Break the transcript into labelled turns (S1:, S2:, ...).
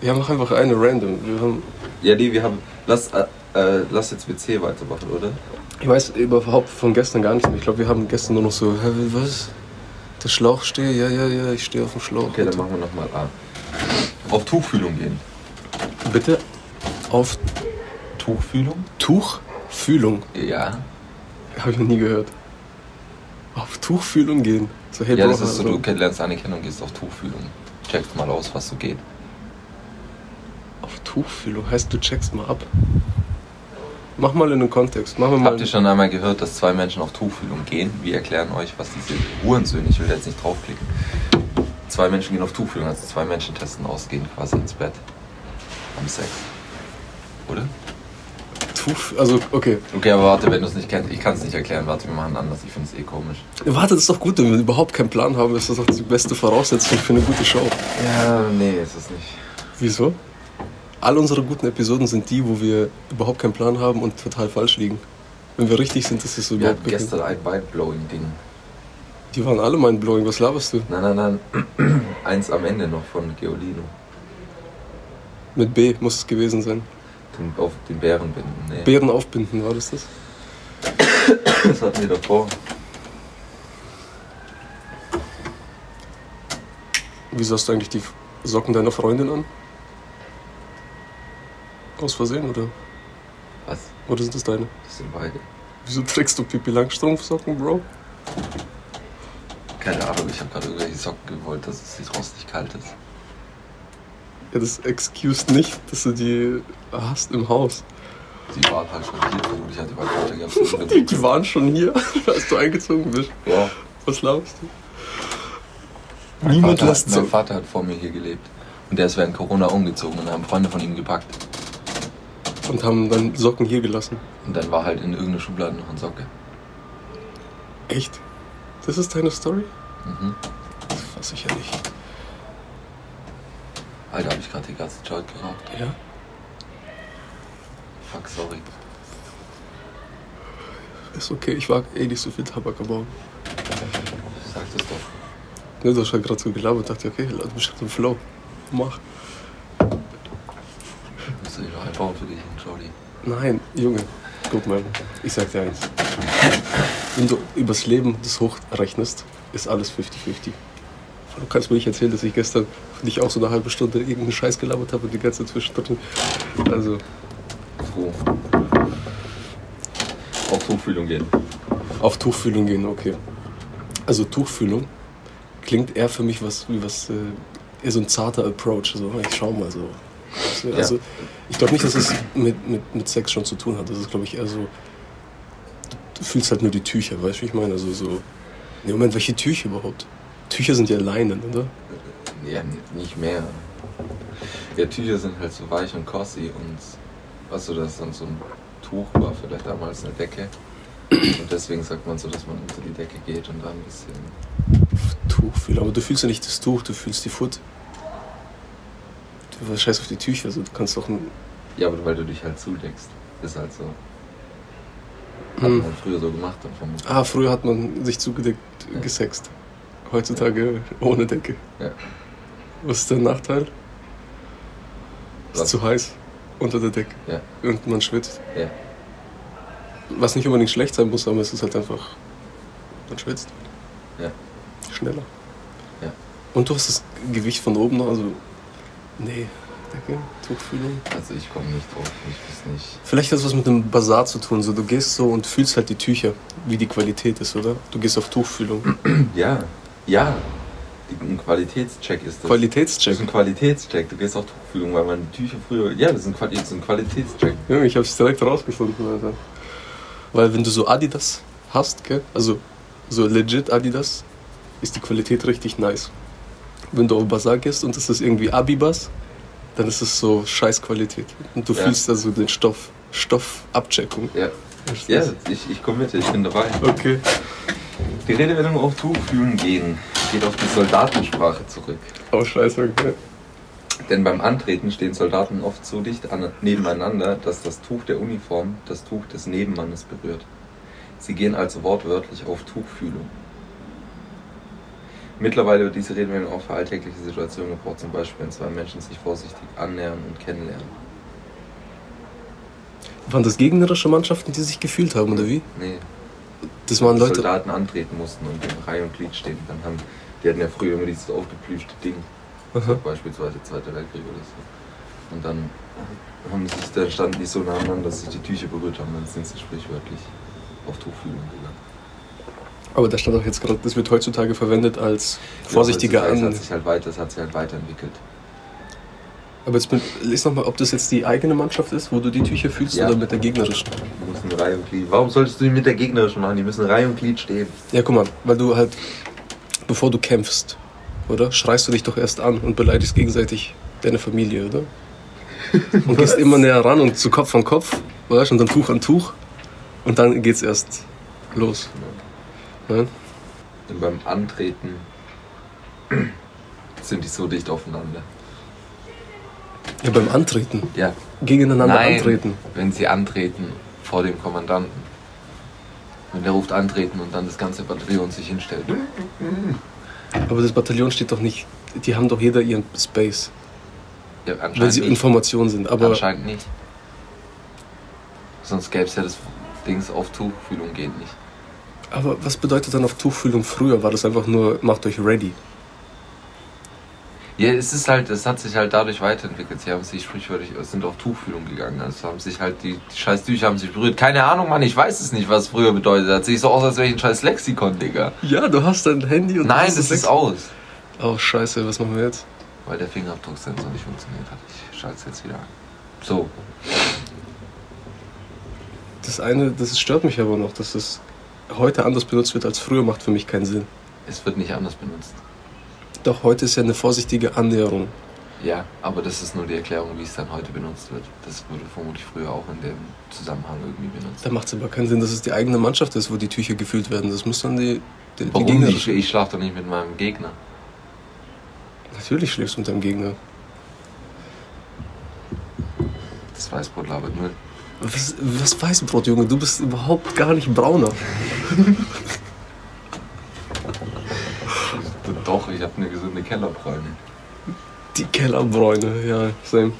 S1: Ja, mach einfach eine random. Wir haben,
S2: Ja, nee, wir haben. Lass, äh, äh, lass jetzt mit C weitermachen, oder?
S1: ich weiß überhaupt von gestern gar nicht mehr. Ich glaube, wir haben gestern nur noch so, hä, was? Der Schlauch stehe, ja, ja, ja, ich stehe auf dem Schlauch.
S2: Okay, dann machen wir nochmal A. Auf Tuchfühlung gehen.
S1: Bitte auf
S2: Tuchfühlung?
S1: Tuchfühlung.
S2: Ja.
S1: Habe ich noch nie gehört. Auf Tuchfühlung gehen. So, hey,
S2: ja,
S1: Bro,
S2: das ist so,
S1: also,
S2: du lernst Anerkennung, gehst auf Tuchfühlung. Checkst mal aus, was so geht.
S1: Auf Tuchfühlung heißt, du checkst mal ab. Mach mal in den Kontext. Machen wir mal.
S2: Habt ihr schon einmal gehört, dass zwei Menschen auf Tuchfühlung gehen? Wir erklären euch, was diese Hurensöhne, ich will da jetzt nicht draufklicken. Zwei Menschen gehen auf Tuchfühlung, also zwei Menschen testen aus, gehen quasi ins Bett. Am Sex. Oder?
S1: Tuch, also, okay.
S2: Okay, aber warte, wenn du es nicht kennst, ich kann es nicht erklären, warte, wir machen anders, ich finde es eh komisch.
S1: Warte, das ist doch gut, wenn wir überhaupt keinen Plan haben, ist das doch die beste Voraussetzung für eine gute Show.
S2: Ja, nee, ist es nicht.
S1: Wieso? All unsere guten Episoden sind die, wo wir überhaupt keinen Plan haben und total falsch liegen. Wenn wir richtig sind, ist es
S2: Wir
S1: überhaupt
S2: hatten gestern ein Mindblowing-Ding.
S1: Die waren alle mindblowing, was laberst du?
S2: Nein, nein, nein. Eins am Ende noch von Geolino.
S1: Mit B muss es gewesen sein.
S2: Den, auf den Bären binden. Nee.
S1: Bären aufbinden, war das das?
S2: Das hatten wir davor.
S1: Wieso hast du eigentlich die Socken deiner Freundin an? Aus Versehen, oder?
S2: Was?
S1: Oder sind das deine?
S2: Das sind beide.
S1: Wieso trägst du Pipi Langstrumpfsocken, Bro?
S2: Keine Ahnung, ich habe gerade irgendwelche Socken gewollt, dass es nicht rostig kalt ist.
S1: Ja, das excused nicht, dass du die hast im Haus.
S2: Die waren halt schon hier, vermutlich hat die mal Karte
S1: Die,
S2: gehabt.
S1: die waren schon hier, als du eingezogen bist.
S2: Ja.
S1: Was laberst du?
S2: Mein
S1: Niemand
S2: Vater,
S1: lässt
S2: hat- Mein
S1: so-
S2: Vater hat vor mir hier gelebt. Und der ist während Corona umgezogen und haben Freunde von ihm gepackt.
S1: Und haben dann Socken hier gelassen.
S2: Und dann war halt in irgendeiner Schublade noch ein Socke.
S1: Echt? Das ist deine Story?
S2: Mhm.
S1: Das sicher nicht.
S2: Alter, habe ich gerade die ganze Joint geraucht.
S1: Ja?
S2: Fuck, sorry.
S1: Ist okay, ich wag eh nicht so viel Tabak aber.
S2: Sag das doch.
S1: Ne, du hast halt gerade so gelabert und dachte, okay, Leute, bestimmt im Flow. Mach.
S2: Musst du dich noch einbauen für dich, Jolly.
S1: Nein, Junge, guck mal, ich sag dir eins. Wenn du übers Leben des Hoch rechnest, ist alles 50-50. Du kannst mir nicht erzählen, dass ich gestern nicht auch so eine halbe Stunde irgendeinen Scheiß gelabert habe und die ganze zwischendrin. Also,
S2: So. Auf Tuchfühlung gehen.
S1: auf Tuchfühlung gehen, okay. Also Tuchfühlung klingt eher für mich was wie was äh, eher so ein zarter Approach. So, ich schau mal so. Also,
S2: Ja.
S1: also ich glaube nicht, dass es mit, mit, mit Sex schon zu tun hat. Das ist, glaube ich, eher so. Du, du fühlst halt nur die Tücher, weißt du, wie ich meine? Also so. Nee, Moment, welche Tücher überhaupt? Tücher sind ja Leinen, oder?
S2: Ja, n- nicht mehr. Ja, Tücher sind halt so weich und kossy und weißt du, dass dann so ein Tuch war vielleicht damals eine Decke. Und deswegen sagt man so, dass man unter die Decke geht und da ein bisschen.
S1: Tuchfühl. Aber du fühlst ja nicht das Tuch, du fühlst die Foot. Du scheiß auf die Tücher, also du kannst doch ein.
S2: Ja, aber weil du dich halt zudeckst. Ist halt so. Hat
S1: Hm.
S2: man früher so gemacht und vermutlich.
S1: Ah, früher hat man sich zugedeckt,
S2: Ja.
S1: gesext. Heutzutage ohne Decke.
S2: Ja.
S1: Was ist der Nachteil? Es ist
S2: Was?
S1: zu heiß unter der Decke
S2: Ja.
S1: und man schwitzt.
S2: Ja.
S1: Was nicht unbedingt schlecht sein muss, aber es ist halt einfach, man schwitzt.
S2: Ja.
S1: Schneller.
S2: Ja.
S1: Und du hast das Gewicht von oben noch, also, nee, Decke, Tuchfühlung.
S2: Also ich komme nicht drauf. Ich weiß nicht.
S1: Vielleicht hat es was mit dem Bazar zu tun, so du gehst so und fühlst halt die Tücher, wie die Qualität ist, oder? Du gehst auf Tuchfühlung.
S2: Ja. Ja. Die- Ein Qualitätscheck ist das. Das
S1: Qualitätscheck.
S2: ist ein Qualitätscheck. Du gehst auf Tuchfühlung, weil man Tücher früher. Ja, das ist ein, Quali- das ist ein Qualitätscheck.
S1: Junge, ich hab's direkt rausgefunden, Alter. Weil wenn du so Adidas hast, gell, also so legit Adidas, ist die Qualität richtig nice. Wenn du auf Bazar gehst und es ist irgendwie Abibas, dann ist es so scheiß Qualität. Und du
S2: Ja.
S1: fühlst also den Stoff, Stoffabcheckung.
S2: Ja.
S1: Verstehst
S2: Ja,
S1: du?
S2: ich, ich komme mit, ich bin dabei.
S1: Okay.
S2: Die Redewendung auf Tuchfühlen gehen geht auf die Soldatensprache zurück.
S1: Oh, scheiße, okay.
S2: Denn beim Antreten stehen Soldaten oft so dicht an, nebeneinander, dass das Tuch der Uniform das Tuch des Nebenmannes berührt. Sie gehen also wortwörtlich auf Tuchfühlung. Mittlerweile wird diese Redewendung auch für alltägliche Situationen gebraucht, zum Beispiel wenn zwei Menschen sich vorsichtig annähern und kennenlernen.
S1: Waren das gegnerische Mannschaften, die sich gefühlt haben, oder wie?
S2: Nee,
S1: Das waren
S2: die
S1: Leute.
S2: Soldaten antreten mussten und in Reihe und Glied stehen. Dann haben, die hatten ja früher immer dieses aufgeplüschte Ding,
S1: Aha.
S2: beispielsweise Zweiter Weltkrieg oder so. Und dann haben sich, dann standen die so nah aneinander, dass sich die Tücher berührt haben, dann sind sie sprichwörtlich auf Tuchfühlung gegangen.
S1: Aber da stand auch jetzt gerade, das wird heutzutage verwendet als vorsichtiger
S2: Ja, heutzutage
S1: an.
S2: hat sich halt weiter, das hat sich halt weiterentwickelt.
S1: Aber jetzt bin- lies nochmal, ob das jetzt die eigene Mannschaft ist, wo du die Tücher fühlst,
S2: Ja.
S1: oder mit der gegnerischen.
S2: Die müssen Reihe und Glied. Warum solltest du die mit der gegnerischen machen? Die müssen Reihe und Glied stehen.
S1: Ja, guck mal, weil du halt, bevor du kämpfst, oder? Schreist du dich doch erst an und beleidigst gegenseitig deine Familie, oder? Und gehst immer näher ran und zu Kopf an Kopf, weißt du, und dann Tuch an Tuch. Und dann geht's erst los. Ne?
S2: Und beim Antreten sind die so dicht aufeinander.
S1: Ja, beim Antreten.
S2: Ja.
S1: Gegeneinander antreten.
S2: Wenn sie antreten vor dem Kommandanten. Wenn der ruft antreten und dann das ganze Bataillon sich hinstellt.
S1: Hm? Aber das Bataillon steht doch nicht. Die haben doch jeder ihren Space,
S2: Ja,
S1: wenn sie
S2: anscheinend, nicht.
S1: Informationen sind. Aber
S2: anscheinend nicht. Sonst gäbe es ja das Dings auf Tuchfühlung geht nicht.
S1: Aber was bedeutet dann auf Tuchfühlung früher? War das einfach nur, macht euch ready?
S2: Ja, es ist halt, es hat sich halt dadurch weiterentwickelt. Sie haben sich sprichwörtlich, es sind auf Tuchfühlung gegangen. Also haben sich halt die, die scheiß Tücher haben sich berührt. Keine Ahnung, Mann, ich weiß es nicht, was früher bedeutet hat. Sieht so aus, als wäre ich ein scheiß Lexikon, Digga.
S1: Ja, du hast dein Handy und
S2: Nein, das ist aus.
S1: Oh, scheiße, was machen wir jetzt?
S2: Weil der Fingerabdrucksensor nicht funktioniert hat. Ich schalte es jetzt wieder an. So,
S1: Das eine, das ist- stört mich aber noch, dass es heute anders benutzt wird als früher, macht für mich keinen Sinn.
S2: es wird nicht anders benutzt.
S1: Doch heute ist ja eine vorsichtige Annäherung.
S2: Ja, aber das ist nur die Erklärung, wie es dann heute benutzt wird. Das wurde vermutlich früher auch in dem Zusammenhang irgendwie benutzt.
S1: Da macht es aber keinen Sinn, dass es die eigene Mannschaft ist, wo die Tücher gefühlt werden. Das muss dann die, die, die
S2: Warum? Ich,
S1: gegnerische.
S2: ich schlafe doch nicht mit meinem Gegner.
S1: Natürlich schläfst du mit deinem Gegner.
S2: Das Weißbrot labert Müll.
S1: Was, was Weißbrot, Junge? Du bist überhaupt gar nicht brauner.
S2: Also, Doch, ich habe eine gesunde Kellerbräune.
S1: Die Kellerbräune, ja, same.